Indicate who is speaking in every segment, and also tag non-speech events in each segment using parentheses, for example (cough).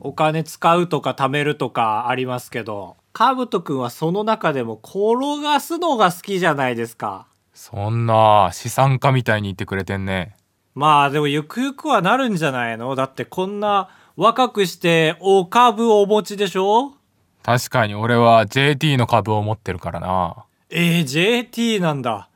Speaker 1: お金使うとか貯めるとかありますけど、カブトくんはその中でも転がすのが好きじゃないですか。
Speaker 2: そんな資産家みたいに言ってくれてんね
Speaker 1: まあでもゆくゆくはなるんじゃないのだってこんな若くしてお株をお持ちでしょ
Speaker 2: 確かに俺は JT の株を持ってるからな
Speaker 1: えー、JT なんだ。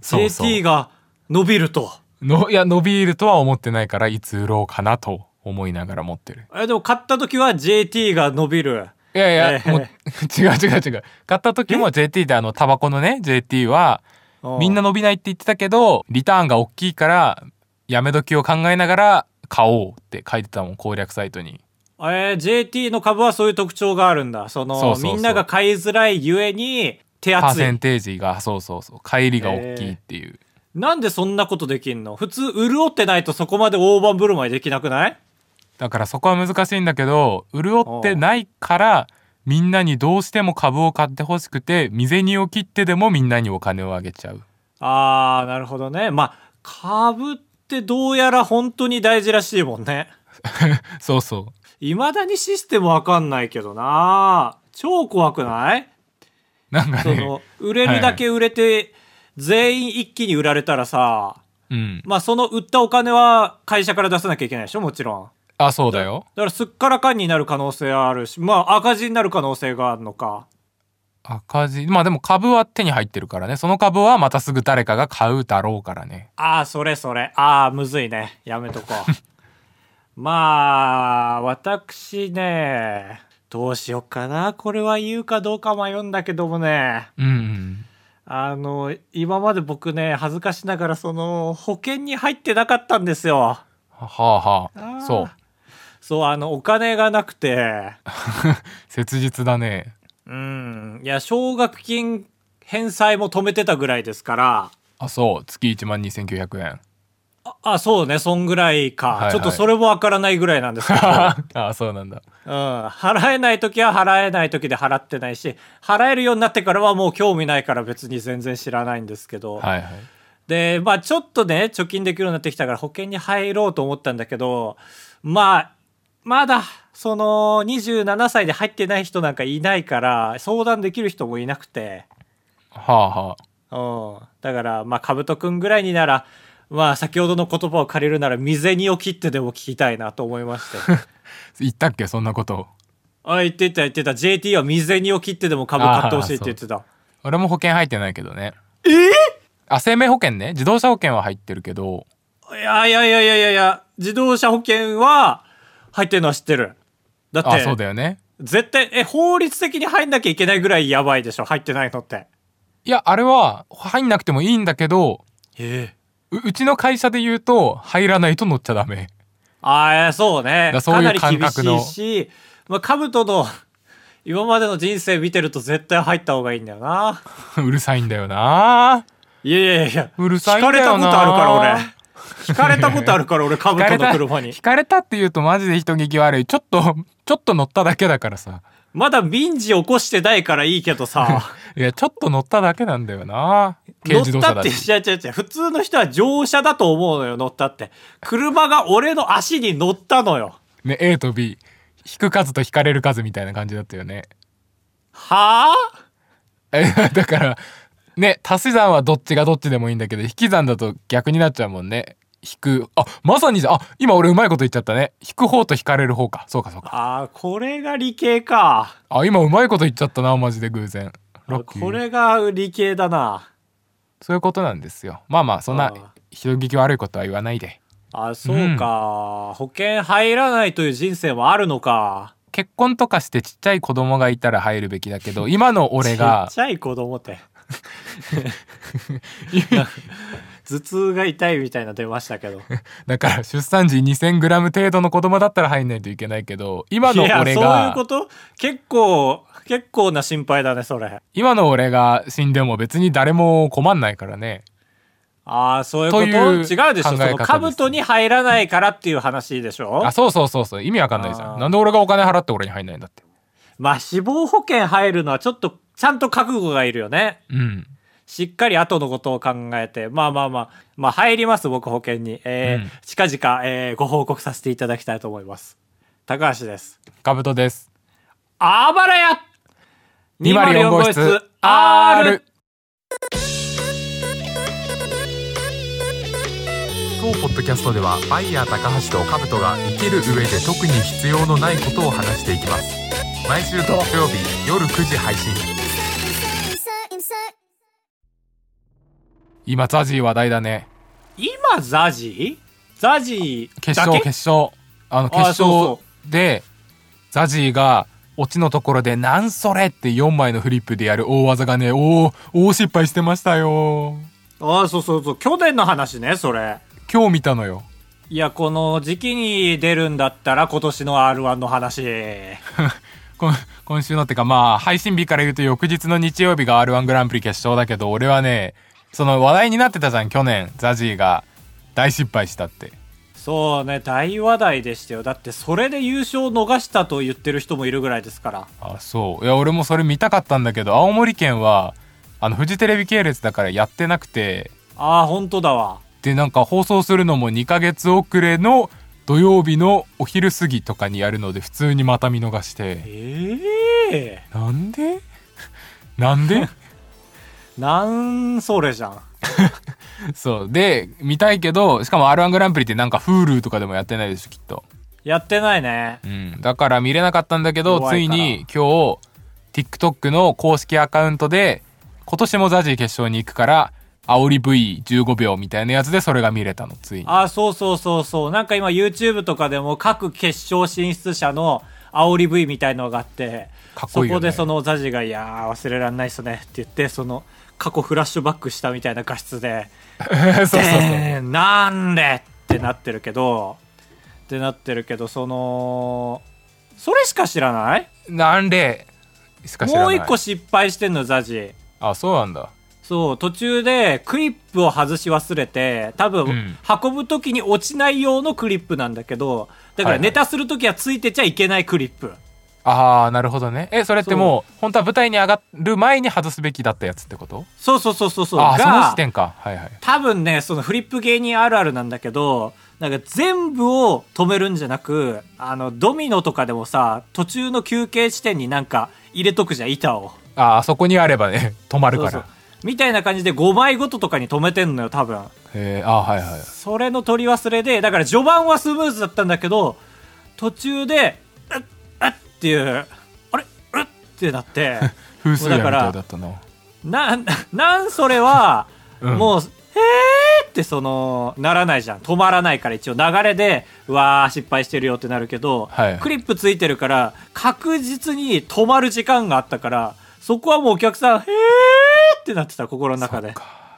Speaker 2: そうそう
Speaker 1: JT が伸びると。
Speaker 2: のいや伸びるとは思ってないからいつ売ろうかなと思いながら持ってる
Speaker 1: えでも買った時は JT が伸びる。
Speaker 2: いやいや、
Speaker 1: えー
Speaker 2: もう (laughs) 違う違う違う買った時も JT であのタバコのね JT は
Speaker 1: うん
Speaker 2: みんな伸びないって言ってたけどリターンが大きいからやめ時を考えながら買おうって書いてたもん攻略サイトに
Speaker 1: えー JT の株はそういう特徴があるんだ。その
Speaker 2: そうそうそう
Speaker 1: みんなが買いづらいゆえに手
Speaker 2: パー
Speaker 1: 厚
Speaker 2: セ
Speaker 1: い
Speaker 2: ン。テージがそうそうそう帰りが大きいっていう、
Speaker 1: なんでそんなことできんの普通潤ってないとそこまで大盤振る舞いできなくない
Speaker 2: だからそこは難しいんだけど潤ってないからみんなにどうしても株を買ってほしくて身銭を切ってでもみんなにお金をあげちゃう
Speaker 1: あー、なるほどね。まあ、株ってどうやら本当に大事らしいもんね。
Speaker 2: そうそ
Speaker 1: 未だにシステムわかんないけどな超怖くないう
Speaker 2: なんか
Speaker 1: そ
Speaker 2: ね (laughs)
Speaker 1: の、売れるだけ売れて、全員一気に売られたらさ、
Speaker 2: うん
Speaker 1: まあその売ったお金は会社から出さなきゃいけないでしょもちろん。
Speaker 2: あそうだよ
Speaker 1: だからすっからかんになる可能性あるし、まあ赤字になる可能性があるのか。
Speaker 2: 赤字まあでも株は手に入ってるからねその株はまたすぐ誰かが買うだろうからね
Speaker 1: ああ、それそれ。ああ、むずいね。やめとこう。
Speaker 2: (laughs)
Speaker 1: まあ、私ね、どうしよっかな。これは言うかどうか迷うんだけどもね。
Speaker 2: うん、うん、
Speaker 1: あの、今まで僕ね、恥ずかしながらその、保険に入ってなかったんですよ。
Speaker 2: はあは
Speaker 1: あ
Speaker 2: あ
Speaker 1: ー
Speaker 2: そう (laughs)
Speaker 1: そう、あの、お金がなくて。
Speaker 2: 切実だね
Speaker 1: うん。いや、奨学金返済も止めてたぐらいですから。
Speaker 2: あそう月1万2900円
Speaker 1: あ、あそうね、そんぐらいか。
Speaker 2: はいはい
Speaker 1: ちょっとそれもわからないぐらいなんですけど。
Speaker 2: (laughs) あそうなんだ
Speaker 1: うん。払えない時は払えない時で払ってないし、払えるようになってからはもう興味ないから別に全然知らないんですけど。
Speaker 2: はいはい
Speaker 1: で、まあちょっとね、貯金できるようになってきたから保険に入ろうと思ったんだけど、まあ、まだ、その、27歳で入ってない人なんかいないから、相談できる人もいなくて。
Speaker 2: はあはあ
Speaker 1: うん。だから、まあ、かぶとくんぐらいになら、まあ、先ほどの言葉を借りるなら、未銭を切ってでも聞きたいなと思いまして。
Speaker 2: 言ったっけそんなこと
Speaker 1: あ、言ってた言ってた。JT は未銭を切ってでも株買ってほしいって言ってた。
Speaker 2: 俺も保険入ってないけどね
Speaker 1: え
Speaker 2: あ生命保険ね自動車保険は入ってるけど
Speaker 1: いやいやいやいやいやいや、自動車保険は入ってるのは知ってる。だっ
Speaker 2: あそう
Speaker 1: て、
Speaker 2: だよね
Speaker 1: 絶対、え、法律的に入んなきゃいけないぐらいやばいでしょ、入ってないのって。
Speaker 2: いやあれは入んなくてもいいんだけど
Speaker 1: ええ。
Speaker 2: ううちの会社で言うと入らないと乗っちゃダメ (laughs)
Speaker 1: ああ、そうね。
Speaker 2: だそ
Speaker 1: か
Speaker 2: うい
Speaker 1: な
Speaker 2: う
Speaker 1: り
Speaker 2: 感
Speaker 1: 厳
Speaker 2: 覚の
Speaker 1: しいし、まあ、兜の今までの人生見てると絶対入った方がいいんだよな。
Speaker 2: うるさいんだよない
Speaker 1: やいやいや、
Speaker 2: うるさいん
Speaker 1: 惹か
Speaker 2: だ
Speaker 1: れた
Speaker 2: よ
Speaker 1: こと
Speaker 2: な
Speaker 1: あるから俺。惹かれたことある
Speaker 2: (laughs)
Speaker 1: から俺、兜の車に
Speaker 2: 引。かれたって言うとマジで人聞き悪いちょっとちょっと乗っただけだからさ
Speaker 1: まだ民事起こしてないからいいけど
Speaker 2: (laughs)
Speaker 1: さ。
Speaker 2: いやちょっと乗っただけなんだよな軽自動車
Speaker 1: 乗
Speaker 2: だ
Speaker 1: ったっ、
Speaker 2: して
Speaker 1: 違う違う違う。普通の人は乗車だと思うのよ、乗ったって。車が俺の足に乗ったのよ。
Speaker 2: ね、A と B 引く数と引かれる数みたいな感じだったよね
Speaker 1: はぁ
Speaker 2: え (laughs) だからね足し算はどっちがどっちでもいいんだけど引き算だと逆になっちゃうもんね引くあまさにじゃんあ今俺うまいこと言っちゃったね引く方と引かれる方かそうかそうか
Speaker 1: ああ、これが理系か。
Speaker 2: あ今うまいこと言っちゃったなマジで偶然ラッキー
Speaker 1: これが理系だな。
Speaker 2: そういうことなんですよまあまあそん
Speaker 1: あ
Speaker 2: な
Speaker 1: ー
Speaker 2: 人聞き悪いことは言わないで
Speaker 1: あ、そうか、保険入らないという人生もあるのか。
Speaker 2: 結婚とかしてちっちゃい子供がいたら入るべきだけど今の俺が
Speaker 1: ちっちゃい子供
Speaker 2: (laughs)
Speaker 1: って。 (laughs) 頭痛が痛いみたいな出ましたけど。
Speaker 2: だから出産時 2000g 程度の子供だったら入んないといけないけど今の
Speaker 1: いや、
Speaker 2: 俺
Speaker 1: そういう
Speaker 2: が
Speaker 1: こと結構、結構な心配だね、それ。
Speaker 2: 今の俺が死んでも別に誰も困んないからね
Speaker 1: ああ、そういうこと
Speaker 2: という
Speaker 1: 違うでしょ。そ
Speaker 2: 考え方です
Speaker 1: の、兜に入らないからっていう話でしょ
Speaker 2: あそうそうそうそう意味わかんないじ
Speaker 1: あ
Speaker 2: ゃ
Speaker 1: ー
Speaker 2: んなんで俺がお金払って俺に入んないんだって
Speaker 1: まあ、死亡保険入るのはちょっと、ちゃんと覚悟がいるよね。
Speaker 2: うん
Speaker 1: しっかり後のことを考えて、まあまあまあ、まあ入ります、僕保険に。えー
Speaker 2: うん
Speaker 1: 近々、えーご報告させていただきたいと思います。高橋です。
Speaker 2: かぶとです
Speaker 1: あばらや
Speaker 2: 204号室
Speaker 1: R!
Speaker 2: R 当ポッドキャストではバイヤー高橋とカブトが生きる上で特に必要のないことを話していきます毎週土曜日夜9時配信
Speaker 3: insert, insert.
Speaker 2: 今ザジー話題だね
Speaker 1: 今、ザジーザジー
Speaker 2: 決
Speaker 1: だ
Speaker 2: 勝
Speaker 1: け
Speaker 2: 決勝あの決
Speaker 1: あーそう
Speaker 2: 勝でザジーがオチのところで「なんそれ!」って4枚のフリップでやる大技がねおー大失敗してましたよ
Speaker 1: ああ、そうそうそう。去年の話ね、それ。
Speaker 2: 今日見たのよ
Speaker 1: いや、この時期に出るんだったら今年の R1 の話。
Speaker 2: こん今週のってかまあ配信日から言うと翌日の日曜日が r 1グランプリ決勝だけど俺はねその話題になってたじゃん去年ザジーが大失敗したって
Speaker 1: そうね、大話題でしたよ。だってそれで優勝を逃したと言ってる人もいるぐらいですから。
Speaker 2: あそういや俺もそれ見たかったんだけど青森県はあのフジテレビ系列だからやってなくて
Speaker 1: ああ、本当だわ。
Speaker 2: でなんか放送するのも2ヶ月遅れの土曜日のお昼過ぎとかにやるので普通にまた見逃して
Speaker 1: ええ
Speaker 2: なんで (laughs) なんで
Speaker 1: なんそれじゃん。
Speaker 2: そうで見たいけどしかも r 1グランプリってなんか Hulu とかでもやってないでしょきっと、
Speaker 1: やってないね。
Speaker 2: うん、だから見れなかったんだけど
Speaker 1: 弱
Speaker 2: つ
Speaker 1: い
Speaker 2: い
Speaker 1: から
Speaker 2: に今日 TikTok の公式アカウントで今年もザジー決勝に行くから煽り V15 秒みたいなやつでそれが見れたのついに
Speaker 1: ああ、そうそうそうそう。なんか今 YouTube とかでも各決勝進出者の煽り V みたいのがあって、
Speaker 2: かっこいい
Speaker 1: そこ
Speaker 2: よね
Speaker 1: でそのザジが、いやー忘れらんないっすねって言って、その過去フラッシュバックしたみたいな画質で、
Speaker 2: (laughs) そうそうそう
Speaker 1: でなんでってなってるけど、ってなってるけど、その、それしか知らない
Speaker 2: なんでしか知ら
Speaker 1: も
Speaker 2: な
Speaker 1: う
Speaker 2: い
Speaker 1: 一個失敗してんの、ザジ。
Speaker 2: あそうなんだ
Speaker 1: そう、途中でクリップを外し忘れて、多分、
Speaker 2: うん
Speaker 1: 運ぶ時に落ちない用のクリップなんだけど、だか
Speaker 2: は
Speaker 1: ら
Speaker 2: いはい
Speaker 1: ネタする時はついてちゃいけないクリップ。
Speaker 2: ああなるほどねえそれってもう本当は舞台に上がる前に外すべきだったやつってこと
Speaker 1: そうそうそうそうそう。
Speaker 2: ああーその
Speaker 1: が
Speaker 2: 視、点かはいはい
Speaker 1: 多分ね、そのフリップ芸人あるあるなんだけど、なんか全部を止めるんじゃなく、あの、ドミノとかでもさ、途中の休憩地点になんか入れとくじゃん、板を。
Speaker 2: あーあそこにあればね止まるから
Speaker 1: そうそうみたいな感じで5枚ごととかに止めてんのよ、多分。
Speaker 2: へえあーはいはい
Speaker 1: それの取り忘れでだから序盤はスムーズだったんだけど途中で「うっうっ」っていう「あれうっ」ってなって
Speaker 2: (laughs) 風水屋み
Speaker 1: もうだか
Speaker 2: た
Speaker 1: ら
Speaker 2: いだったな
Speaker 1: ななんそれは、
Speaker 2: うん
Speaker 1: もう「へえ」ってそのならないじゃん止まらないから一応流れで「うわー失敗してるよ」ってなるけど、
Speaker 2: はい
Speaker 1: クリップついてるから確実に止まる時間があったからそこはもうお客さん「へえ」ってなってた心の中で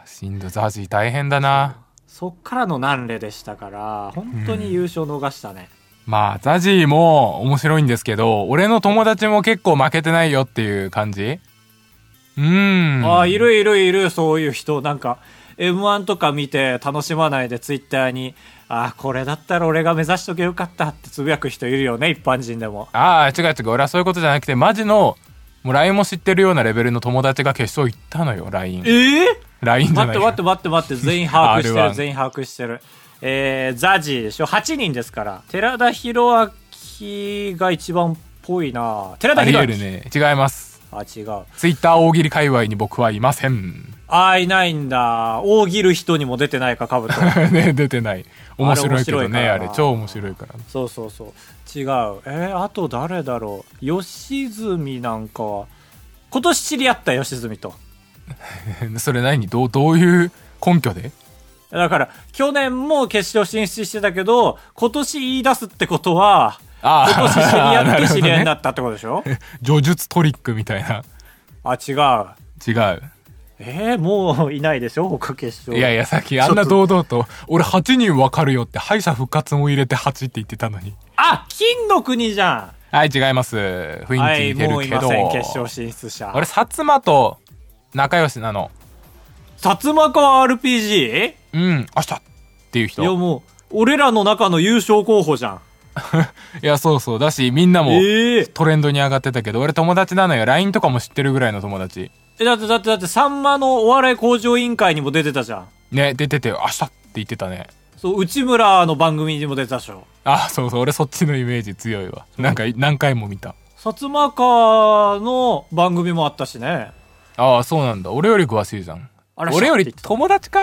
Speaker 2: しんどザジー大変だな
Speaker 1: そっからの難礼でしたから本当に優勝逃したね、
Speaker 2: まあザジーも面白いんですけど俺の友達も結構負けてないよっていう感じうーん
Speaker 1: ああ、いるいるいる、そういう人。なんか、M1 とか見て楽しまないで、ツイッターに、ああ、これだったら俺が目指しとけよかったってつぶやく人いるよね、一般人でも。
Speaker 2: ああ違う違う俺はそういうことじゃなくてマジのもう LINE も知ってるようなレベルの友達が決勝行ったのよ LINE
Speaker 1: ええ
Speaker 2: LINE じ
Speaker 1: 待っ
Speaker 2: ゃない
Speaker 1: て
Speaker 2: よ
Speaker 1: 待って待って待って、全員把握して
Speaker 2: R1
Speaker 1: る、全員把握してる。えー、ザジーでしょ ?8 人ですから。寺田博明が一番っぽいな寺田
Speaker 2: あり
Speaker 1: 博
Speaker 2: え
Speaker 1: 明。
Speaker 2: るね違います
Speaker 1: あ、違う。
Speaker 2: ツイッター大喜利界隈に僕はいません (laughs)
Speaker 1: ああ、いないんだ。大喜る人にも出てないか、かぶと。
Speaker 2: ね出てない面白いけどねあ
Speaker 1: あ
Speaker 2: れ
Speaker 1: れ面白いからな
Speaker 2: 超面白いから
Speaker 1: そうそうそう違うえー、あと誰だろう吉住なんかは今年知り合った吉住と
Speaker 2: (laughs) それ何どうどういう根拠で
Speaker 1: だから去年も決勝進出してたけど今年言い出すってことは
Speaker 2: (laughs) あ
Speaker 1: 今年知り合って
Speaker 2: なるほ
Speaker 1: 知り
Speaker 2: ど
Speaker 1: 合いに
Speaker 2: ね
Speaker 1: なったってことでしょ
Speaker 2: 叙述トリックみたいな
Speaker 1: あ違う
Speaker 2: 違う
Speaker 1: えー、もういないでしょ他決勝
Speaker 2: いやいやさっきあんな堂々と俺8人わかるよって敗者復活も入れて8って言ってたのに
Speaker 1: あ金の国じゃ
Speaker 2: はい違います雰囲気
Speaker 1: んはい
Speaker 2: 似て
Speaker 1: もう
Speaker 2: る
Speaker 1: い
Speaker 2: け
Speaker 1: ま
Speaker 2: ど、
Speaker 1: せん決勝進出者
Speaker 2: 俺薩摩と仲良しなの
Speaker 1: 薩摩川 RPG?
Speaker 2: うんあしたっていう
Speaker 1: いや
Speaker 2: 人
Speaker 1: もう俺らの中の優勝候補じゃん
Speaker 2: いやそうそうだしみんなも
Speaker 1: ええー
Speaker 2: トレンドに上がってたけど俺友達なのよ LINE とかも知ってるぐらいの友達
Speaker 1: え、だって、だって、だって、さんまのお笑い向上委員会にも出てたじゃん。
Speaker 2: ね出てて明日って言ってたね
Speaker 1: そう内村の番組にも出たでしょ
Speaker 2: あそうそう俺そっちのイメージ強いわなんか何回も見た
Speaker 1: 薩摩川の番組もあったしね
Speaker 2: ああそうなんだ俺より詳しいじゃん
Speaker 1: あら
Speaker 2: 俺
Speaker 1: し
Speaker 2: よ
Speaker 1: ゃ
Speaker 2: り
Speaker 1: って
Speaker 2: 友達か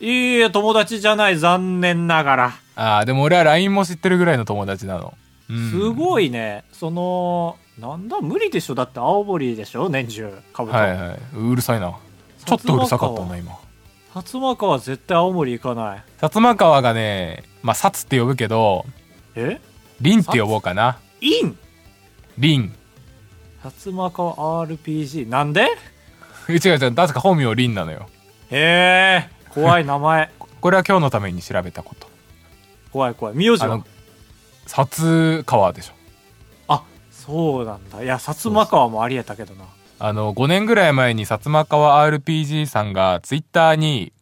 Speaker 1: いいえ友達じゃない残念ながら
Speaker 2: ああでも俺は LINE も知ってるぐらいの友達なの、うん、
Speaker 1: すごいね、そのなんだ無理でしょだって青森でしょ年中かぶと、
Speaker 2: はいはいうるさいなちょっとうるさかったな今
Speaker 1: 薩摩川は絶対青森行かない
Speaker 2: 薩摩川がねまあ薩って呼ぶけど
Speaker 1: え
Speaker 2: 凛って呼ぼうかな
Speaker 1: イン
Speaker 2: 凛
Speaker 1: 薩摩川 RPG なんで
Speaker 2: (laughs) 違う違う確か本名凛なのよ
Speaker 1: へえ怖い名前
Speaker 2: これは今日のために調べたこと
Speaker 1: 怖い怖い名字
Speaker 2: あ
Speaker 1: は
Speaker 2: の薩川でしょ
Speaker 1: あそうなんだいや薩摩川もありえたけどな
Speaker 2: あの5年ぐらい前に薩摩川 RPG さんがツイッターに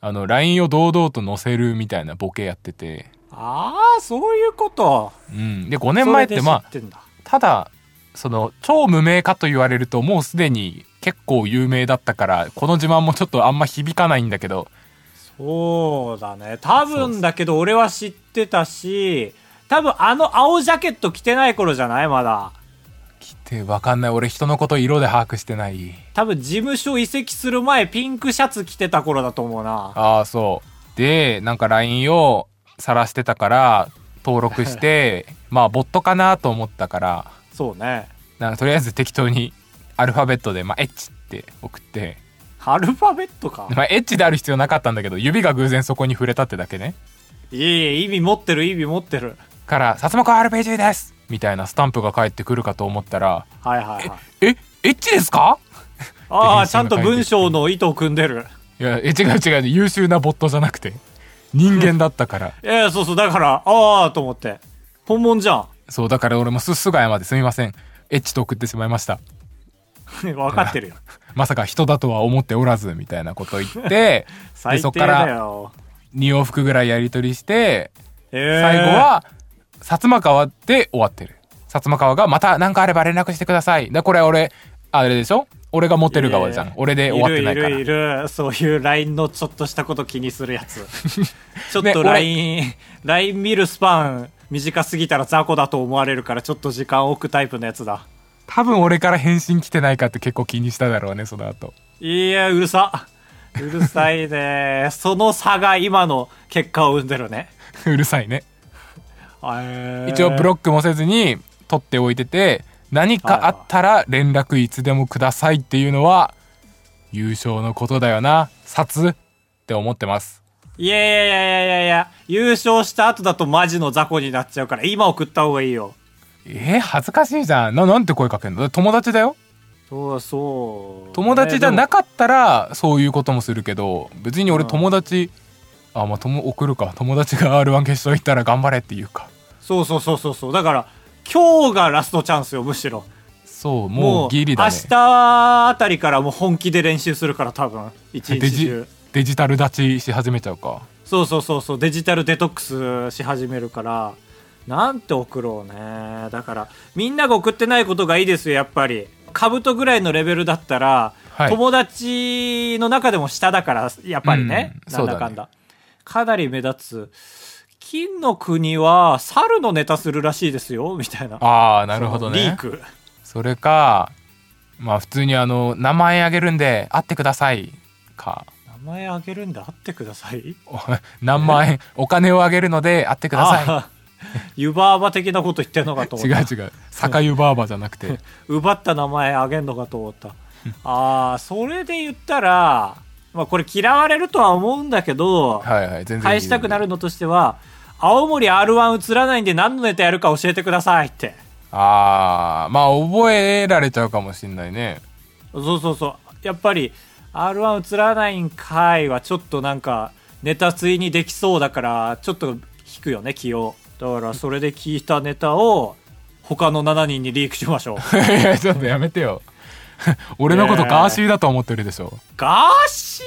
Speaker 2: あの LINE を堂々と載せるみたいなボケやってて、
Speaker 1: ああそういうこと
Speaker 2: うん、で5年前ってまあ
Speaker 1: それで知ってんだ
Speaker 2: ただその超無名かと言われるともうすでに結構有名だったからこの自慢もちょっとあんま響かないんだけど
Speaker 1: そうだね多分だけど俺は知ってたし多分あの青ジャケット着てない頃じゃないまだ
Speaker 2: 来てわかんない俺人のこと色で把握してない
Speaker 1: 多分事務所移籍する前ピンクシャツ着てた頃だと思うな
Speaker 2: ああそうでなんか LINE を晒してたから登録して
Speaker 1: (laughs)
Speaker 2: まあボットかなと思ったから
Speaker 1: そうね
Speaker 2: なんかとりあえず適当にアルファベットで「まあ、エッチ」って送って、
Speaker 1: アルファベット
Speaker 2: (laughs)
Speaker 1: か
Speaker 2: まあ、エッチである必要なかったんだけど指が偶然そこに触れたってだけね
Speaker 1: いえいえ意味持ってる意味持ってる
Speaker 2: から「薩摩川 RPG です!」みたいなスタンプが返ってくるかと思ったら
Speaker 1: はいは
Speaker 2: (laughs)
Speaker 1: いはい
Speaker 2: 「えエッチですか?
Speaker 1: ああ
Speaker 2: 返信が返ってきて
Speaker 1: ちゃんと文章の意図を組んでる」
Speaker 2: いやえ違う違う優秀なボットじゃなくて人間だったから
Speaker 1: いやそうそうだからああと思って本物じゃん
Speaker 2: そうだから俺もすすがやまですみませんエッチと送ってしまいました
Speaker 1: 分かってるよ
Speaker 2: まさか人だとは思っておらずみたいなこと
Speaker 1: (laughs)
Speaker 2: 言って (laughs) で
Speaker 1: 最
Speaker 2: そっ
Speaker 1: 低
Speaker 2: か
Speaker 1: だ
Speaker 2: ら
Speaker 1: よ
Speaker 2: 2往復ぐらいやり取りして
Speaker 1: え
Speaker 2: 最後は薩摩川で終わってる薩摩川がまた何かあれば連絡してくださいだこれ俺あれでしょ俺がモテる側じゃ
Speaker 1: い
Speaker 2: ん、
Speaker 1: やいや
Speaker 2: 俺で終わってないから
Speaker 1: いるいるいるそういう LINE のちょっとしたこと気にするやつちょっ
Speaker 2: (laughs) ね
Speaker 1: と
Speaker 2: 俺
Speaker 1: LINE、LINE 見るスパン短すぎたら雑魚だと思われるからちょっと時間置くタイプのやつだ
Speaker 2: 多分俺から返信来てないかって結構気にしただろうねその後 (laughs)
Speaker 1: いやうるさうるさい
Speaker 2: (laughs)
Speaker 1: ねその差が今の結果を生んでるね
Speaker 2: うるさいね一
Speaker 1: 一
Speaker 2: 応ブロ
Speaker 1: ッ
Speaker 2: ックもせずに取っておいてて何かあったら連絡いつでもくださいっていうのは優勝のことだよな札って思ってます
Speaker 1: クいやいやいやいやいや優勝した後だとマジの雑魚になっちゃうから今送った方がいいよ
Speaker 2: えー、恥ずかしいじゃんななんて声かけんの友達だよ
Speaker 1: そうそう
Speaker 2: 友達じゃ
Speaker 1: ね
Speaker 2: なかったらそういうこともするけど別に俺
Speaker 1: うん
Speaker 2: 友達あまあとも送るか友達が r 1決勝行ったら頑張れっていうか
Speaker 1: そうそうそうそうそうだから今日がラストチャンスよむしろ
Speaker 2: そうもうギリだね
Speaker 1: 明日あたりからもう本気で練習するから多分一
Speaker 2: デ
Speaker 1: 日
Speaker 2: ジ
Speaker 1: 中
Speaker 2: デジタル立ちし始めちゃうか
Speaker 1: そうそうそうそうデジタルデトックスし始めるからなんて送ろうねだからみんなが送ってないことがいいですよやっぱり兜ぐらいのレベルだったら、
Speaker 2: はい
Speaker 1: 友達の中でも下だからやっぱりね、
Speaker 2: うん
Speaker 1: なんだかんだ、かなり目立つ金の国は猿のネタするらしいですよみたいな
Speaker 2: ああなるほど
Speaker 1: リー
Speaker 2: ね
Speaker 1: ク
Speaker 2: それかまあ普通にあの名前あげるんで会ってくださいか (laughs)
Speaker 1: 名前あげるんで会ってください
Speaker 2: 何万円お金をあげるので会ってくださ
Speaker 1: ああ湯婆婆的なこと言ってんのかと
Speaker 2: い
Speaker 1: 思
Speaker 2: 違
Speaker 1: っ
Speaker 2: う
Speaker 1: た
Speaker 2: 違う酒湯バーバーじゃなくて
Speaker 1: 奪った名前あげんのかと思った (laughs) ああそれで言ったら、まあ、これ嫌われるとは思うんだけど
Speaker 2: はいはい全然
Speaker 1: 返したくな
Speaker 2: る
Speaker 1: るのとしては青森 r 1映らないんで何のネタやるか教えてくださいって
Speaker 2: ああまあ覚えられちゃうかもしんないね (laughs)
Speaker 1: そうそうそうやっぱり r 1映らないんかいはちょっとなんかネタついにできそうだからちょっと引くよね気をだからそれで聞いたネタを他の7人にリークしま
Speaker 2: (laughs)
Speaker 1: しょう
Speaker 2: いやちょっとやめてよ (laughs) 俺のことガーシーだと思ってるでしょ
Speaker 1: ガーシ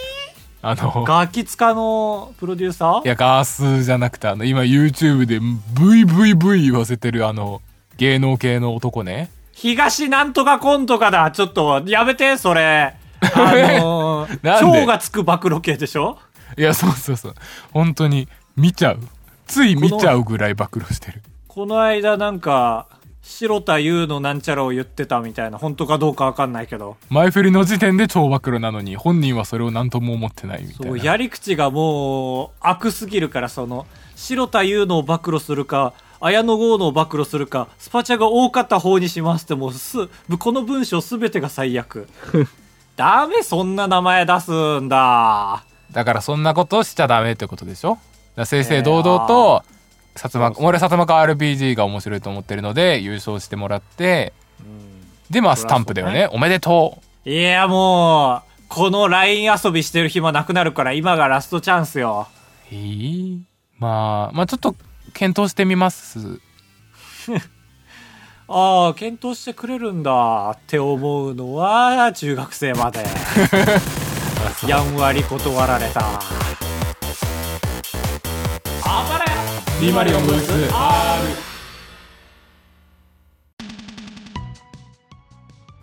Speaker 2: あの
Speaker 1: ーガキツカのプロデューサ
Speaker 2: い
Speaker 1: ー
Speaker 2: やガースーじゃなくてあの今 YouTube で VVV 言わせてるあの芸能系の男ね
Speaker 1: 東なんとかコントかだちょっとやめてそれあのー
Speaker 2: (laughs) なんで
Speaker 1: 蝶がつく暴露系でしょ
Speaker 2: いやそうそうそう本当に見ちゃうつい見ちゃうぐらい暴露してる
Speaker 1: この間なんか白田優のなんちゃらを言ってたみたいな本当かどうかわかんないけど
Speaker 2: 前振りの時点で超暴露なのに本人はそれを何とも思ってないみたい
Speaker 1: そう
Speaker 2: な
Speaker 1: やり口がもう悪すぎるからその白田優のを暴露するか綾野剛のを暴露するかスパチャが多かった方にしますってもうすこの文章全てが最
Speaker 2: (laughs)
Speaker 1: 悪ダメそんな名前出すんだ
Speaker 2: だからそんなことをしちゃダメってことでしょだから正々堂々と、薩摩
Speaker 1: そうそう
Speaker 2: 俺は薩摩川 RPG が面白いと思ってるので優勝してもらって、でまあスタンプだよねおめでとう
Speaker 1: いやもうこの LINE 遊びしてる暇なくなるから今がラストチャンスよ
Speaker 2: へえまあまあちょっと検討してみます
Speaker 1: ああ検討してくれるんだって思うのは中学生ま
Speaker 2: (laughs)
Speaker 1: でやんわり断られたあばれ
Speaker 2: ビーマリオンブース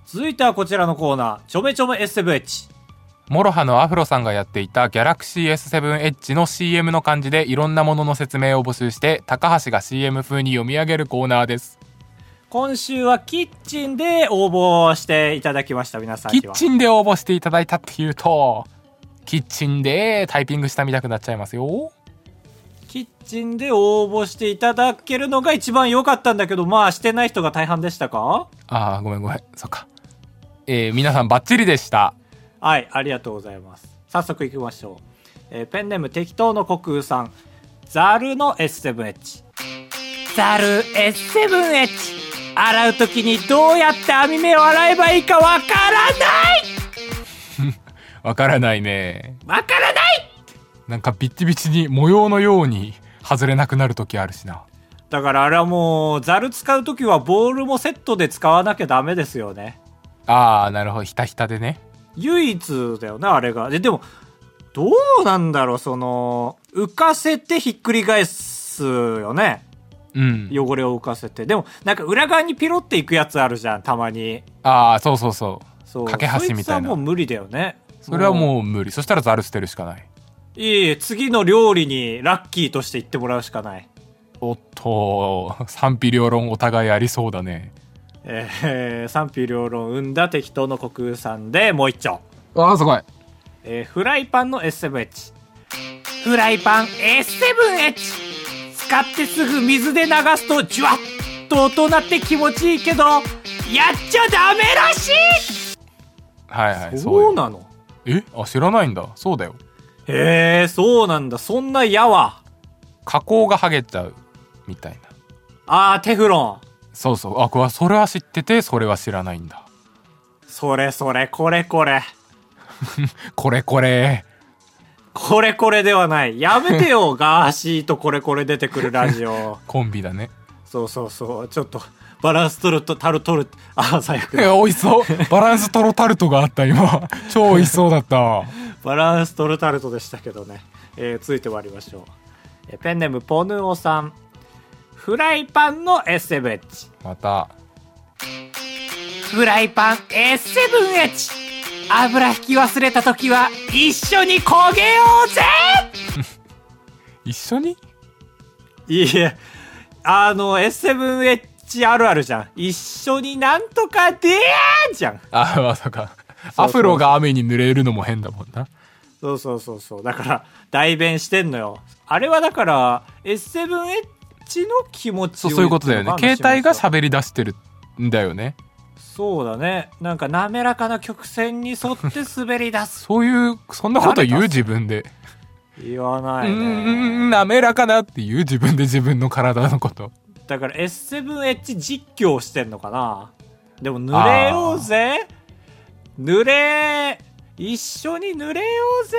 Speaker 1: 続いてはこちらのコーナーちょめちょめ S7H
Speaker 2: モロハのアフロさんがやっていたギャラクシー S7H の CM の漢字でいろんなものの説明を募集して高橋が CM 風に読み上げるコーナーです
Speaker 1: 今週はキッチンで応募していただきました皆さん
Speaker 2: キ
Speaker 1: に
Speaker 2: ッ
Speaker 1: は
Speaker 2: チンで応募していただいたっていうとキッチンでタイピングしたみたくなっちゃいますよ
Speaker 1: キッチンで応募していただけるのが一番良かったんだけどまあしてない人が大半でしたか
Speaker 2: あーごめんごめんそっかえー、皆さんバッチリでした
Speaker 1: はい、ありがとうございます。早速行きましょう。えーペンネーム適当の虚空さん。ザルの S7H。ザル S7H。洗うときにどうやって網目を洗えばいいかわからない
Speaker 2: わからないね
Speaker 1: わからない
Speaker 2: なんかビッチビチに模様のように外れなくなる時あるしな
Speaker 1: だからあれはもう、ザル使うときはボールもセットで使わなきゃダメですよね。
Speaker 2: あーなるほどひたひたでね
Speaker 1: 唯一だよね、あれが。で、でも、どうなんだろう、その、浮かせてひっくり返すよね。
Speaker 2: うん
Speaker 1: 汚れを浮かせてでもなんか裏側にピロっていくやつあるじゃんたまに
Speaker 2: ああそうそうそう
Speaker 1: そう
Speaker 2: 架け橋みたい
Speaker 1: そいつは
Speaker 2: な
Speaker 1: もう無理だよね
Speaker 2: それは
Speaker 1: う
Speaker 2: もう無理そしたらザル捨てるしかない
Speaker 1: いい次の料理にラッキーとして行ってもらうしかない
Speaker 2: おっと賛否両論お互いありそうだね
Speaker 1: えー賛否両論生んだ適当の国さんでもう一丁、
Speaker 2: ああすごい
Speaker 1: えーフライパンの S7H フライパン S7H 使ってすぐ水で流すとジュワッと音鳴って気持ちいいけどやっちゃダメらし
Speaker 2: はいはい
Speaker 1: い
Speaker 2: そう
Speaker 1: そ
Speaker 2: よ
Speaker 1: うなの
Speaker 2: えあ知らないんだそうだよ
Speaker 1: へえそうなんだそんなやわ
Speaker 2: 加工が剥げちゃうみたいな
Speaker 1: あー、テフロン。
Speaker 2: そうそうあこれはそれは知っててそれは知らないんだ
Speaker 1: それそれ、これこれ。
Speaker 2: これこれ
Speaker 1: これこれではない。やめてよ、ガーシーとこれこれ出てくるラジ
Speaker 2: (laughs)
Speaker 1: オ。
Speaker 2: コンビだね
Speaker 1: そうそうそう、ちょっと、バランス取ると、タル取る、あ、最悪
Speaker 2: い。や美味しそう (laughs) バランストロタルトがあった (laughs) 今超美味しそうだった
Speaker 1: バランス取るタルトでしたけどね。えー続いて終わりましょう。えーペンネーム、ポヌオさん。フライパンの S7H。
Speaker 2: また
Speaker 1: フライパン S7H。油引き忘れた時は、一緒に焦げようぜ
Speaker 2: 一緒に
Speaker 1: いいえ、あの、S7H あるあるじゃん。一緒になんとかでやーじゃん。
Speaker 2: あまさか
Speaker 1: そう
Speaker 2: アフロが雨に濡れるのも変だもんな
Speaker 1: そうそうそうそう。だから、代弁してんのよ。あれはだから、S7H の気持ち
Speaker 2: そうそういうことだよね携帯が喋り出してるんだよね
Speaker 1: そうだね。なんか滑らかな曲線に沿って滑り出す。
Speaker 2: そういうそんなこと言う自分で
Speaker 1: (laughs) 言わ
Speaker 2: う
Speaker 1: な
Speaker 2: ー
Speaker 1: いね。
Speaker 2: ん滑らかなっていう自分で自分の体のこと
Speaker 1: だから S7H 実況してんのかなでも濡れようぜ濡れ一緒に濡れようぜ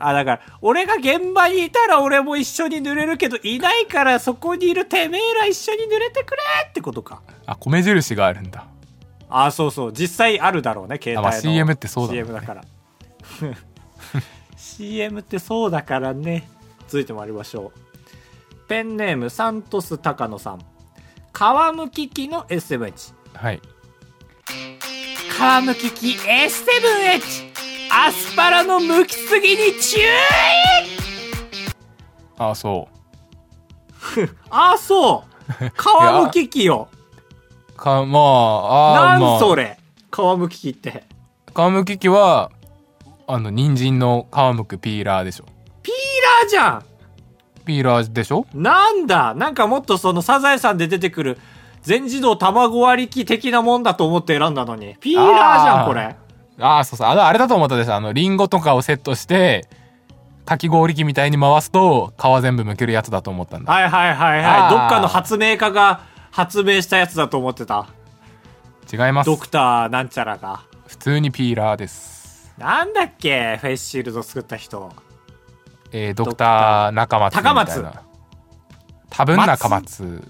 Speaker 1: あだから俺が現場にいたら俺も一緒に濡れるけどいないからそこにいるてめえら一緒に濡れてくれってことか
Speaker 2: あ米印があるんだ
Speaker 1: あそうそう実際あるだろうね携帯の、
Speaker 2: あまあ CM ってそうだもんね
Speaker 1: CM だから (laughs) CM ってそうだからね続いてまいりましょうペンネームサントス高野さん皮むき機の S7H
Speaker 2: はい
Speaker 1: 皮むき機 S7H アスパラの剥きすぎに注意
Speaker 2: あそう
Speaker 1: ああ
Speaker 2: (laughs)
Speaker 1: そう皮むき器よ
Speaker 2: かまああ
Speaker 1: な
Speaker 2: ーま
Speaker 1: ん
Speaker 2: あ
Speaker 1: それ皮むき器って
Speaker 2: 皮むき器はあの人参の皮むくピーラーでしょ
Speaker 1: ピーラーじゃん
Speaker 2: ピーラーでしょ
Speaker 1: なんだなんかもっとそのサザエさんで出てくる全自動卵割り機的なもんだと思って選んだのに。ピーラーじゃん、
Speaker 2: あー
Speaker 1: これ。
Speaker 2: ああそうそうあのあれだと思ったでしょあのリンゴとかをセットしてかき氷機みたいに回すと皮全部むけるやつだと思ったんだ
Speaker 1: はいはいはいは
Speaker 2: あ
Speaker 1: い。
Speaker 2: ー
Speaker 1: どっかの発明家が発明したやつだと思ってた。
Speaker 2: 違います
Speaker 1: ドクターなんちゃらが。
Speaker 2: 普通にピーラーです
Speaker 1: なんだっけフェイスシールド作った人。
Speaker 2: えー、ドクター中松みたい
Speaker 1: 高
Speaker 2: な
Speaker 1: 松
Speaker 2: 多分中松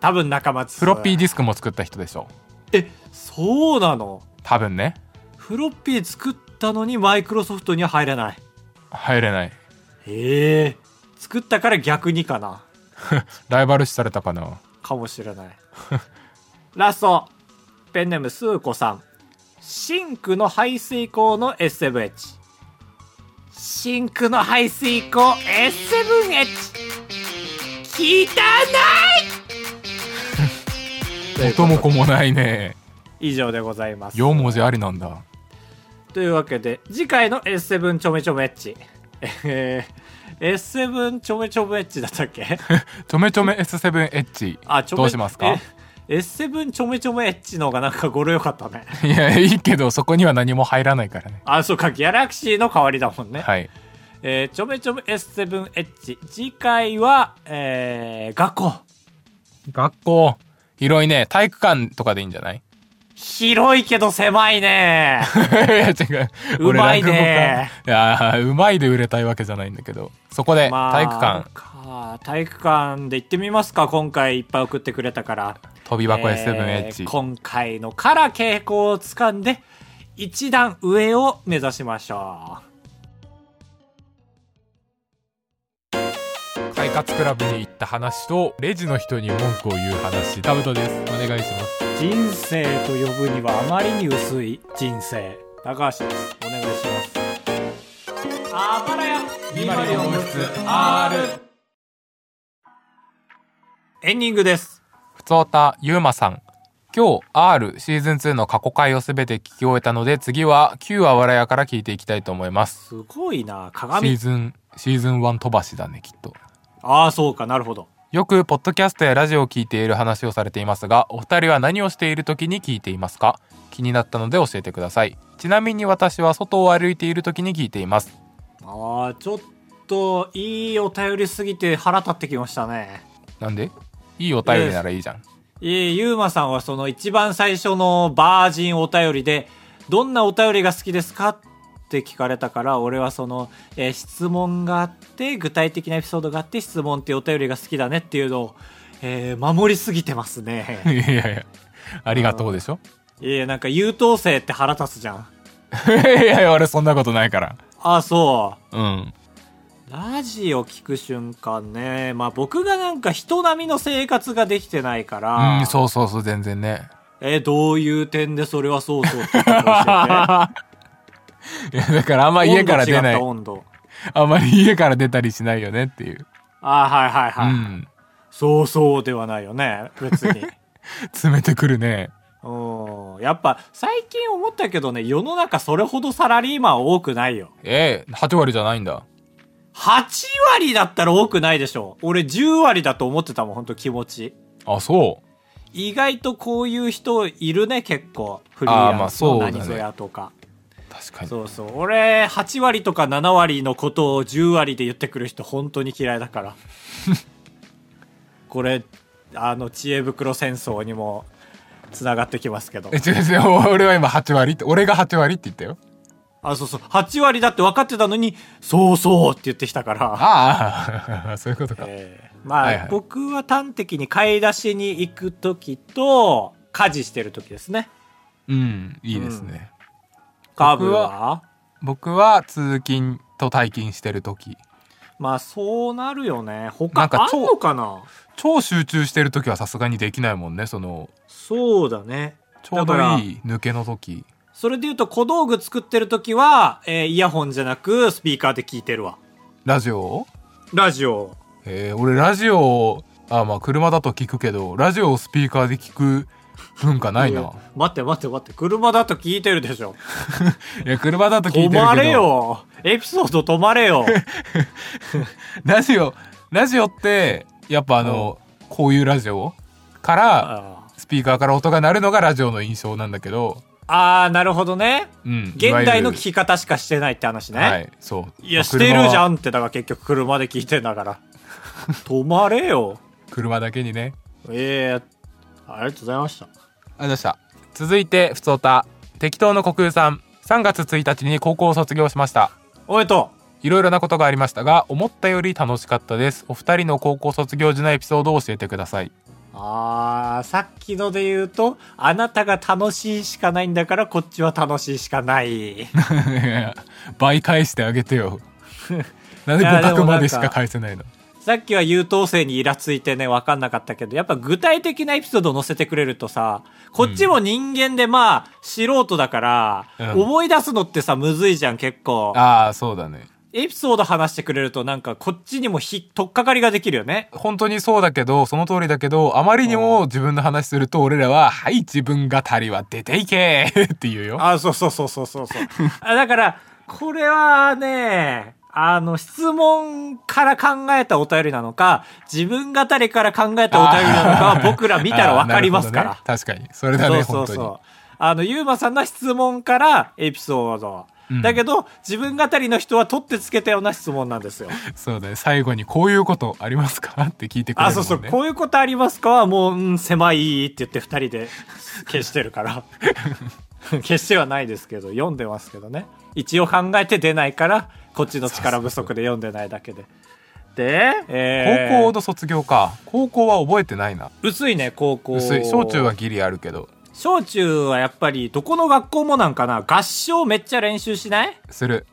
Speaker 1: 多分仲間
Speaker 2: フロッピーデ
Speaker 1: ィ
Speaker 2: ィスクも作った人でしょ
Speaker 1: え、そうなの
Speaker 2: 多分ね
Speaker 1: フロッピー作ったのにマイクロソフトには入れない。
Speaker 2: 入れない
Speaker 1: へえ。作ったから逆にかな。
Speaker 2: ライバル視されたかな
Speaker 1: かもしれないラストペンネームスー子さんシンクの排水口の S7H シンクの排水口 S7H 汚いというこ
Speaker 2: (laughs) 音
Speaker 1: とで
Speaker 2: も子もないね
Speaker 1: 以上でございます
Speaker 2: 4文字ありなんだ
Speaker 1: というわけで次回の S7 ちょめちょめエッチえー S7 ちょめちょめエッチだったっ
Speaker 2: (laughs)
Speaker 1: け
Speaker 2: ちょめちょめ S7H
Speaker 1: あちょめ
Speaker 2: どうしますか
Speaker 1: え ?S7 ちょめちょめエッチの方がなんか語呂良かったね
Speaker 2: (laughs) いやいいけどそこには何も入らないからね
Speaker 1: あ、そうか、ギャラクシーの代わりだもんね。
Speaker 2: はい
Speaker 1: えーちょめちょめ S7H。次回は、えー、学校。
Speaker 2: 学校広いね体育館とかでいいんじゃない (laughs)
Speaker 1: 広いけど狭いね。
Speaker 2: いや違う
Speaker 1: うまいね
Speaker 2: 俺落語家いやうまいで売れたいわけじゃないんだけどそこで体育
Speaker 1: あ
Speaker 2: 館
Speaker 1: るか体育館で行ってみますか。今回いっぱい送ってくれたから。
Speaker 2: 飛び箱
Speaker 1: え
Speaker 2: S7H、
Speaker 1: ー今回のから傾向をつかんで、一段上を目指しましょ
Speaker 2: 快活クラブに行った話とレジの人に文句を言う話ダブトですお願いします
Speaker 1: う。人生と呼ぶにはあまりに薄い人生。高橋です。お願いします。あばらやエンディングです。
Speaker 2: ふつおたゆうまさん今日 R シーズン2の過去回をすべて聞き終えたので次は9話笑やから聞いていきたいと思います
Speaker 1: すごいな
Speaker 2: シー
Speaker 1: 鏡。
Speaker 2: ズンシーズン1飛ばしだねきっと
Speaker 1: ああ、そうか、なるほど。
Speaker 2: よくポッドキャストやラジオを聞いている話をされていますがお二人は何をしている時に聞いていますか気になったので教えてくださいちなみに私は外を歩いている時に聞いています
Speaker 1: ああ、ちょっと、いいお便りすぎて腹立ってきましたね。
Speaker 2: なんでいいお便りならいいじゃん、
Speaker 1: いえ、ゆうまさんはその一番最初のバージンお便りで、どんなお便りが好きですかって聞かれたから、俺はその、えー質問があって、具体的なエピソードがあって、質問っていうお便りが好きだねっていうのを、えー守りすぎてますね。 (laughs)
Speaker 2: いやいや、ありがとうでしょ
Speaker 1: いえ、なんか優等生って腹立つじゃん。
Speaker 2: (laughs) いやいや、俺そんなことないから。
Speaker 1: ああ、そう。
Speaker 2: うん。
Speaker 1: ラジオ聞く瞬間ね。まあ僕がなんか人並みの生活ができてないから。
Speaker 2: うん、そうそうそう、全然ね。
Speaker 1: え、どういう点でそれはそうそうって言
Speaker 2: (laughs)
Speaker 1: ったか
Speaker 2: いや、だからあんま
Speaker 1: 教えて
Speaker 2: 家から出ない
Speaker 1: 温度違っ。た温度。
Speaker 2: あんまり家から出たりしないよねっていう。
Speaker 1: あはいはいは
Speaker 2: う
Speaker 1: い、
Speaker 2: ん。
Speaker 1: そうそうではないよね。別
Speaker 2: (laughs)
Speaker 1: に。
Speaker 2: 詰めてくるね。
Speaker 1: うん。やっぱ最近思ったけどね、世の中それほどサラリーマン多くないよ。
Speaker 2: ええ、8割じゃないんだ。
Speaker 1: 8割だったら多くないでしょ。俺10割だと思ってたもん、ほんと気持ち。
Speaker 2: あ、そ
Speaker 1: 意外とこういう人いるね、結構。フリーランスの何ぞやとか。
Speaker 2: う。確かに。
Speaker 1: そうそう。俺、8割とか7割のことを10割で言ってくる人、本当に嫌いだ
Speaker 2: (laughs)
Speaker 1: から。これ、あの、知恵袋戦争にも、つながってきますけど
Speaker 2: え、。違う違う、俺は今8割って、俺が8割って言ったよ。
Speaker 1: あ、そうそう。8割だって分かってたのに、そうそうって言ってきたから。
Speaker 2: ああ、 (laughs) そういうことか。
Speaker 1: えーまあ、
Speaker 2: はいはい
Speaker 1: 僕は端的に買い出しに行く時と、家事してる時ですね。
Speaker 2: うん、いいですね。
Speaker 1: カーブ
Speaker 2: 僕
Speaker 1: は
Speaker 2: 僕は通勤と退勤してる時。
Speaker 1: まあ、そうなるよね。
Speaker 2: な
Speaker 1: 他
Speaker 2: んか
Speaker 1: あ
Speaker 2: 超
Speaker 1: んのかな
Speaker 2: 超集中してる時はさすがにできないもんね、その、
Speaker 1: そうだね。
Speaker 2: ちょうど
Speaker 1: だから
Speaker 2: いい抜けの時。
Speaker 1: それで言うと小道具作ってる時は、えーイヤホンじゃなくスピーカーで聞いてるわ
Speaker 2: ラジオ
Speaker 1: ラジオ
Speaker 2: えー、俺ラジオあまあ車だと聞くけどラジオをスピーカーで聞く文化ないな、
Speaker 1: 待って待って待って車だと聞いてるでしょ
Speaker 2: いや車だと (laughs) 聞いてる
Speaker 1: 止
Speaker 2: けど
Speaker 1: まれよエピソード止まれ
Speaker 2: (laughs)
Speaker 1: よ
Speaker 2: ラジオラジオってやっぱあの、こういうラジオから
Speaker 1: あ
Speaker 2: スピーカーから音が鳴るのがラジオの印象なんだけど、
Speaker 1: あーなるほどね
Speaker 2: うん、
Speaker 1: 現代の聞
Speaker 2: き
Speaker 1: き方しかしてないって話ね、
Speaker 2: はいそう
Speaker 1: いやしてるじゃ
Speaker 2: ん
Speaker 1: んってだから結局車で聞いてんだから止まれよ
Speaker 2: 車だけにね
Speaker 1: ええありがとうございました
Speaker 2: ありがとうございました続いてふつおた適当の虚空さん3月1日に高校を卒業しました
Speaker 1: おめでと
Speaker 2: いろいろなことがありましたが思ったより楽しかったですお二人の高校卒業時のエピソードを教えてくださいう
Speaker 1: あーさっきので言うとあなたが楽しいしかないんだからこっちは楽しいしかない
Speaker 2: (laughs) いやいや (laughs) 倍返してあげて (laughs) よなんで
Speaker 1: いや
Speaker 2: 互
Speaker 1: で
Speaker 2: 角
Speaker 1: もなんか
Speaker 2: までしか返せないの
Speaker 1: さっきは優等生にイラついてね分かんなかったけどやっぱ具体的なエピソードを載せてくれるとさこっちも人間でまあ素人だから、
Speaker 2: うん
Speaker 1: 思い出すのってさむずいじゃん結構
Speaker 2: ああそうだね
Speaker 1: エピソード話してくれるとなんかこっちにもひ取っかかりができるよね
Speaker 2: 本当にそうだけどその通りだけどあまりにも自分の話すると俺らは「はい自分語りは出ていけ!」 (laughs) って言うよ。
Speaker 1: あ、そうそうそうそうそうそう。あ (laughs) だから、これはね、あの、質問から考えたお便りなのか、自分語りから考えたお便りなのかは僕ら見たらわかりますか
Speaker 2: あーな
Speaker 1: ら
Speaker 2: る。ほどね確かにそれだね
Speaker 1: そう
Speaker 2: 本
Speaker 1: そ
Speaker 2: 当
Speaker 1: う
Speaker 2: に
Speaker 1: そう。あの、ゆうまさんの質問からエピソード。
Speaker 2: うん
Speaker 1: だけど、自分語りの人は取ってつけたような質問なんですよ。
Speaker 2: そうだね最後に「こういうことありますか?」って聞いてくれるもん、ね、
Speaker 1: あ、そうそう。こういうことありますかはもう、うん、狭いって言って二人
Speaker 2: (laughs)
Speaker 1: で消してるから。消してはないですけど、読んでますけどね。一応考えて出ないから、こっちの力不足で読んでないだけで。で、えー
Speaker 2: 高校の卒業か高校は覚えてないな
Speaker 1: 薄いね、高校。
Speaker 2: 薄い小中は。ギリあるけど
Speaker 1: 小中はやっぱり、どこの学校もなんかな、合唱めっちゃ練習しない
Speaker 2: する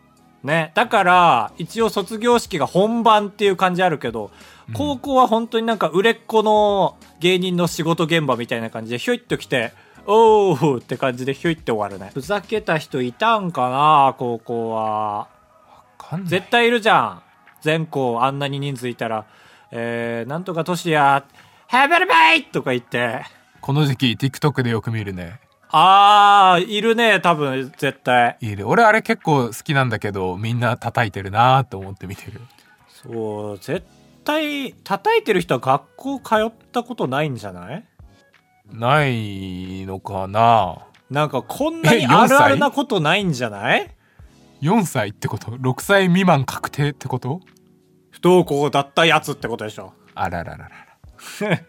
Speaker 1: ね。だから、一応卒業式が本番っていう感じあるけど、高校は本当になんか売れっ子の芸人の仕事現場みたいな感じで、ひょいっと来て、おーって感じでひょいって終わるね。ふざけた人いたんかな高校は。
Speaker 2: わかんない
Speaker 1: 絶対いるじゃん。全校あんなに人数いたら、えー、なんとかとしや、ヘベルベイとか言って、
Speaker 2: この時期 TikTok でよく見るね
Speaker 1: あー、いるね、多分、絶対。
Speaker 2: いる俺あれ結構好きなんだけどみんな叩いてるなーって思って見てる
Speaker 1: そう、絶対、叩いてる人は学校通ったことないんじゃない
Speaker 2: ないのかな
Speaker 1: なんかこんなに
Speaker 2: え
Speaker 1: あ
Speaker 2: 4歳
Speaker 1: るあるなことないんじゃない
Speaker 2: 4歳ってこと6歳未満確定ってこと
Speaker 1: 不登校だったやつってことでしょ。
Speaker 2: あらららら
Speaker 1: い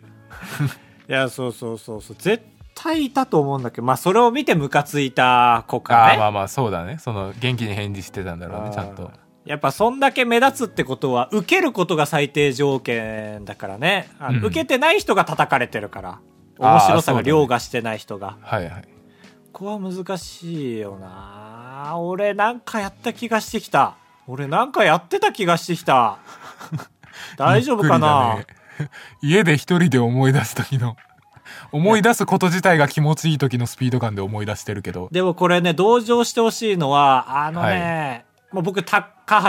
Speaker 1: や、そうそうそうそう。絶対いたと思うんだけど、まあそれを見てムカついた子か
Speaker 2: あ
Speaker 1: ね。
Speaker 2: ーまあまあそうだねその元気に返事してたんだろう
Speaker 1: あ
Speaker 2: ね
Speaker 1: ー
Speaker 2: ちゃんと
Speaker 1: やっぱそんだけ目立つってことは、受けることが最低条件だからね。あの
Speaker 2: うん
Speaker 1: 受けてない人が叩かれてるから。
Speaker 2: あー
Speaker 1: 面白さ
Speaker 2: そうだ
Speaker 1: が
Speaker 2: ね
Speaker 1: 凌駕してない人が。
Speaker 2: はいはい
Speaker 1: ここは難しいよな俺なんかやった気がしてきた俺なんかやってた気がしてきた
Speaker 2: (laughs)
Speaker 1: 大丈夫かな、
Speaker 2: びっくりだね (laughs) 家で一人で思い出す時の思い出すこと自体が気持ちいい時のスピード感で思い出してるけど
Speaker 1: でもこれね同情してほしいのはあのね、もう僕高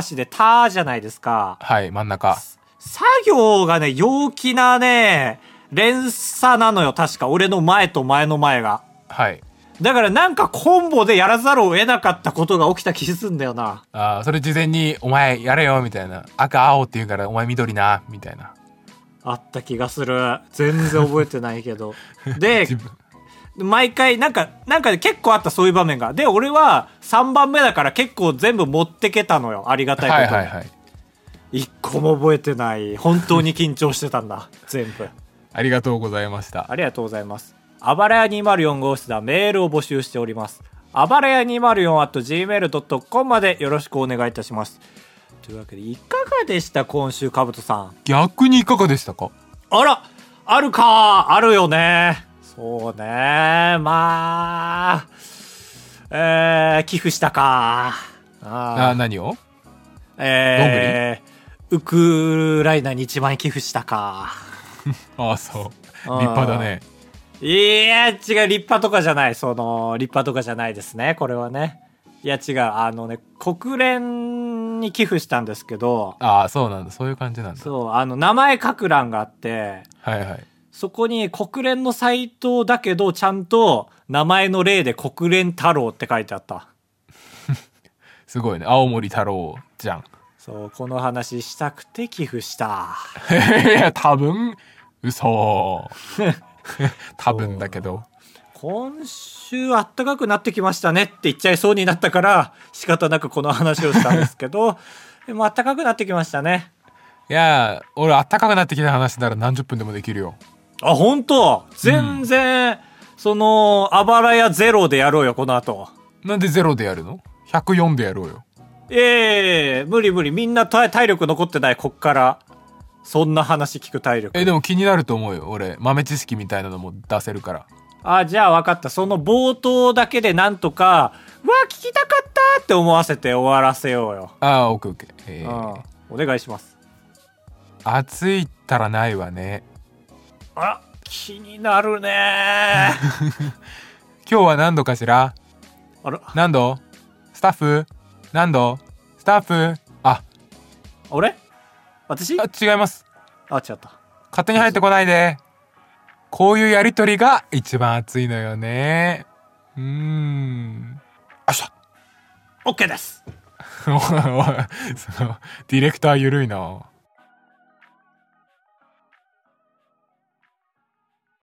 Speaker 1: 橋で「た」じゃないですか
Speaker 2: はい真ん中
Speaker 1: 作業がね陽気なね連鎖なのよ確か俺の前と前の前が
Speaker 2: はい
Speaker 1: だからなんかコンボでやらざるを得なかったことが起きた気すんだよな
Speaker 2: あーそれ事前に「お前やれよ」みたいな「赤青」って言うから「お前緑な」みたいな
Speaker 1: あった気がする全然覚えてないけ
Speaker 2: (laughs)
Speaker 1: どで
Speaker 2: 自分
Speaker 1: 毎回なんかなんか結構あったそういう場面がで俺は3番目だから結構全部持ってけたのよありがたいこ
Speaker 2: はい
Speaker 1: とに、
Speaker 2: はいはい
Speaker 1: 一個も覚えてない本当に緊張してたんだ (laughs) 全部
Speaker 2: ありがとうございました
Speaker 1: ありがとうございますあばらや204号室ではメールを募集しておりますあばらや 204.gmail.com までよろしくお願いいたしますというわけでいかがでした今週かぶとさん
Speaker 2: 逆にいかがでしたか
Speaker 1: あらあるかあるよねそうねまあえー、寄付したか
Speaker 2: あー
Speaker 1: あー
Speaker 2: 何を
Speaker 1: えー、ウクライナに一番寄付したか
Speaker 2: ああそう
Speaker 1: あー
Speaker 2: 立派だね
Speaker 1: いや、違う、立派とかじゃない。その、立派とかじゃないですね。これはね。いや、違う。あのね、国連に寄付したんですけど、
Speaker 2: ああそうなんだそういう感じなんだ
Speaker 1: そう、あの、名前書く欄があって、
Speaker 2: はいはい
Speaker 1: そこに国連のサイトだけど、ちゃんと名前の例で国連太郎って書いてあった。
Speaker 2: すごいね青森太郎じゃん
Speaker 1: そう、この話したくて寄付した。
Speaker 2: いや (laughs) 多分嘘 (laughs) 多分だけど
Speaker 1: 今週あったかくなってきましたねって言っちゃいそうになったから、仕方なくこの話をしたんですけど、 (laughs) でもあったかくなってきましたね。
Speaker 2: いやー俺あったかくなってきた話なら何十分でもできるよ
Speaker 1: あ、本当全然、その、あばらやゼロでやろうよ、この後。
Speaker 2: なんでゼロでやるの ?104 でやろうよ
Speaker 1: ええ無理無理。みんな体体力残ってない、こっから。そんな話聞く体力。
Speaker 2: えでも気になると思うよ俺豆知識みたいなのも出せるから
Speaker 1: あ、じゃあ分かった。その冒頭だけでなんとか、うわ、聞きたかったって思わせて終わらせようよ。
Speaker 2: ああオッケーオッケー、えー
Speaker 1: うん。お願いします。
Speaker 2: 暑いったらないわね
Speaker 1: あ、気になるね
Speaker 2: 今日は何度かしら
Speaker 1: (laughs) あら、
Speaker 2: 何度スタッフ何度スタッフあ
Speaker 1: 俺私あ、
Speaker 2: あ違います
Speaker 1: 違った。
Speaker 2: 勝手に入ってこないでこういうやりとりが一番熱いのよねうーん (laughs) あっしゃ
Speaker 1: OK です。
Speaker 2: おいおいそのディレクターゆるいな